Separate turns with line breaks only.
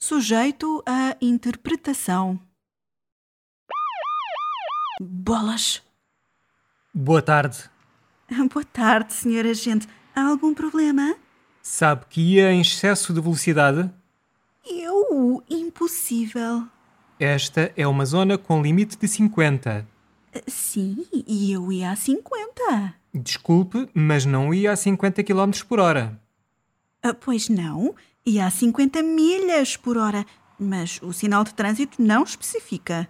sujeito à interpretação. Bolas!
Boa tarde.
Boa tarde, senhor agente. Há algum problema?
Sabe que ia em excesso de velocidade?
Eu? Impossível.
Esta é uma zona com limite de 50.
Sim, e eu ia a 50.
Desculpe, mas não ia a 50 km por hora.
Ah, Pois não, ia a 50 milhas por hora, mas o sinal de trânsito não especifica.